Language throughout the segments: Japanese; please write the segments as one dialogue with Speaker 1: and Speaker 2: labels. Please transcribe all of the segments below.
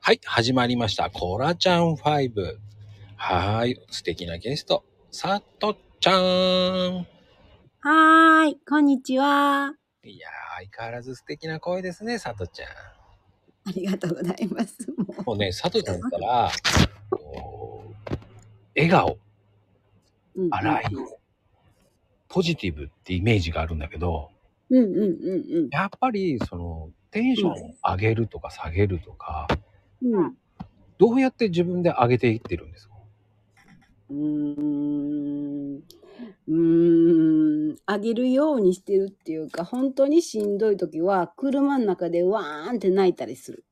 Speaker 1: はい、始まりました。コラちゃん5。はーい、素敵なゲスト、さとちゃん。
Speaker 2: はーい、こんにちは。
Speaker 1: いやー、相変わらず素敵な声ですね、さとちゃん。
Speaker 2: ありがとうございます。もう
Speaker 1: もうね、さとちゃんから、こう笑顔、
Speaker 2: うんうん
Speaker 1: 荒い、ポジティブってイメージがあるんだけど、
Speaker 2: うんうんうん
Speaker 1: やっぱり、その、テンションを上げるとか下げるとか、
Speaker 2: うん。うん
Speaker 1: どうやって自分で上げていってるんですか
Speaker 2: うーんうーん上げるようにしてるっていうか本当にしんどい時は車の中でわーんって泣いたりする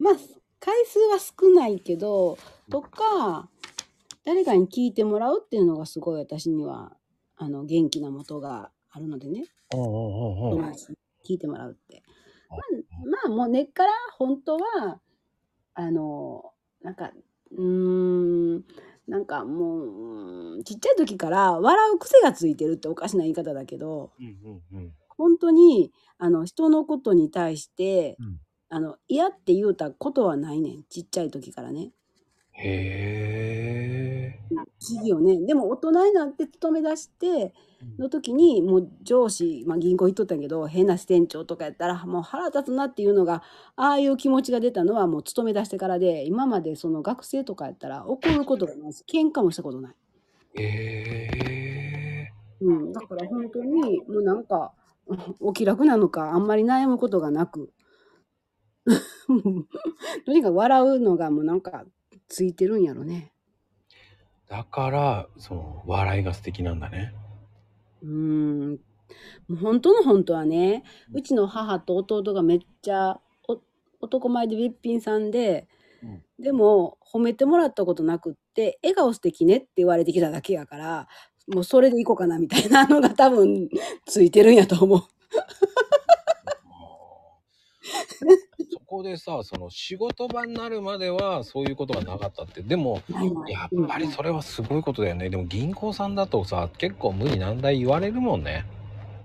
Speaker 2: まあ回数は少ないけどとか誰かに聞いてもらうっていうのがすごい私にはあの元気な元があるのでね
Speaker 1: うんうんうんうん。
Speaker 2: まあ聞いてもらうって。
Speaker 1: あ
Speaker 2: まあ、まあ、もう根っから本当はあのなんかうーんなんかもううーんちっちゃい時から笑う癖がついてるっておかしな言い方だけど
Speaker 1: うんうんうん。
Speaker 2: 本当にあの人のことに対して、
Speaker 1: うん
Speaker 2: あの嫌って言うたことはないねんちっちゃい時からね。
Speaker 1: へえ。
Speaker 2: 不思議よねでも大人になって勤め出しての時にもう上司、まあ、銀行行っとったんやけど変な支店長とかやったらもう腹立つなっていうのがああいう気持ちが出たのはもう勤め出してからで今までその学生とかやったら怒ることがないし喧嘩もしたことない、
Speaker 1: へえ。
Speaker 2: うん、だから本当にもうなんかうんお気楽なのかあんまり悩むことがなく とにかく笑うのがもうなんかついてるんやろね。
Speaker 1: だから、その笑いが素敵なんだ ね。
Speaker 2: うーんもう本当の本当はねうちの母と弟がめっちゃお男前でべっぴんさんで、
Speaker 1: うん
Speaker 2: でも褒めてもらったことなくって笑顔素敵ねって言われてきただけやからもうそれでいこうかなみたいなのが多分ついてるんやと思う。
Speaker 1: そこでさ、その仕事場になるまではそういうことがなかったって。でも、やっぱりそれはすごいことだよね。でも銀行さんだとさ、結構無理難題言われるもんね。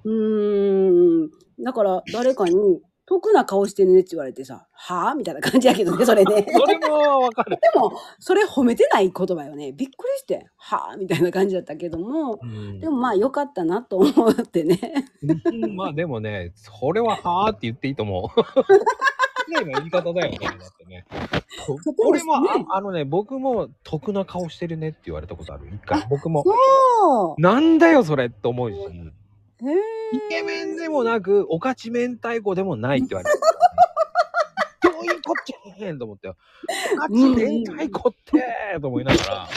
Speaker 2: うーんだから誰かに「得な顔してね」って言われてさ「はあ?」みたいな感じやけどねそ れね。
Speaker 1: それもわかる。
Speaker 2: でもそれ褒めてない言葉よねびっくりして「はあ?」みたいな感じだったけども。
Speaker 1: うん
Speaker 2: でもまあ良かったなと思ってね。
Speaker 1: うんまあでもね、それははーって言っていいと思 う。綺麗な言い方だよね。だってね。俺も
Speaker 2: そうですね
Speaker 1: あ、あのね、僕も得な顔してるねって言われたことある。一回
Speaker 2: あ
Speaker 1: 僕も。
Speaker 2: そ
Speaker 1: なんだよそれって思うし。イ
Speaker 2: う。へ
Speaker 1: ケ
Speaker 2: え。
Speaker 1: メンでもなく、おかち明太子でもないって言われた。どういうこっちゃへんと思って。おかち明太子ってと思いなが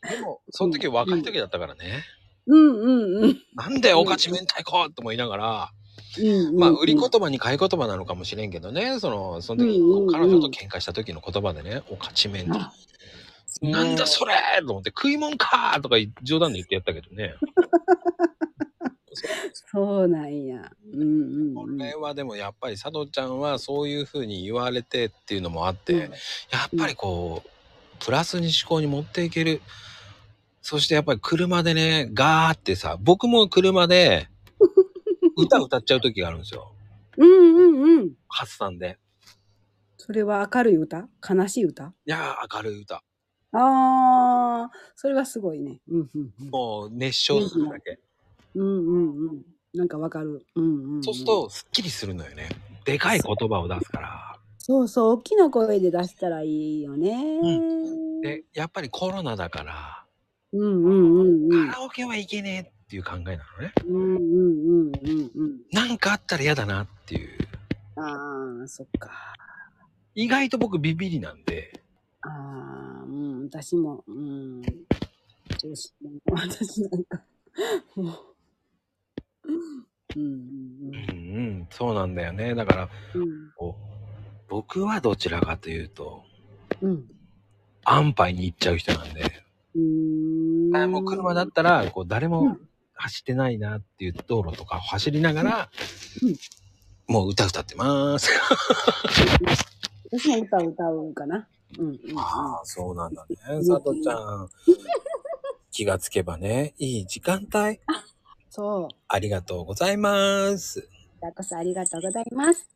Speaker 1: ら。でも、その時若い時だったからね。
Speaker 2: うんうんうん。
Speaker 1: なんだよおかち明太子と思いながら。
Speaker 2: うんうん
Speaker 1: まあ、売り言葉に買い言葉なのかもしれんけどね、その、その時、
Speaker 2: うんうんうん
Speaker 1: 彼女と喧嘩した時の言葉でね、おかちめんだ。なんだそれと思って、食いもんかとか冗談で言ってやったけどね。
Speaker 2: そうなんや。うんう
Speaker 1: こ
Speaker 2: んうん。
Speaker 1: れはでもやっぱり佐藤ちゃんはそういうふうに言われてっていうのもあって、やっぱりこう、プラスに思考に持っていける。そしてやっぱり車でね、ガーってさ、僕も車で歌歌っちゃう時があるんですよ。
Speaker 2: うんうんうん。
Speaker 1: 発散で。
Speaker 2: それは明るい歌悲しい歌
Speaker 1: いやー、明るい歌。
Speaker 2: ああ、それはすごいね。うんうんうん。
Speaker 1: もう熱唱するだけ。
Speaker 2: うんうんうん。なんかわかる。うんうんん。
Speaker 1: そうすると、すっきりするのよね。でかい言葉を出すから。
Speaker 2: そうそう、大きな声で出したらいいよね。
Speaker 1: う
Speaker 2: うん
Speaker 1: で、やっぱりコロナだから、
Speaker 2: うんうんうん。
Speaker 1: カラオケはいけねえっていう考えなのね。
Speaker 2: うんうんうんうんうん。
Speaker 1: なんかあったら嫌だなっていう。
Speaker 2: ああ、そっか。
Speaker 1: 意外と僕ビビりなんで、
Speaker 2: ああ、うん、私も、うん。上司も、私なんか、もう。うん、う
Speaker 1: う
Speaker 2: ん
Speaker 1: ん、うん、そうなんだよね。だから、
Speaker 2: うん、
Speaker 1: こう僕はどちらかというと、
Speaker 2: うん。
Speaker 1: 安牌に行っちゃう人なんで、
Speaker 2: うん。
Speaker 1: あもう車だったら、こう、誰
Speaker 2: う
Speaker 1: も
Speaker 2: ん
Speaker 1: 走ってないなっていう道路とかを走りながら、
Speaker 2: うんうん
Speaker 1: もう歌歌ってます。
Speaker 2: 私も歌を歌うかな。うん、うん、うん。
Speaker 1: ああ、そうなんだね。さとちゃん。気がつけばね、いい時間帯。
Speaker 2: そう。
Speaker 1: ありがとうございます。
Speaker 2: だこそありがとうございます。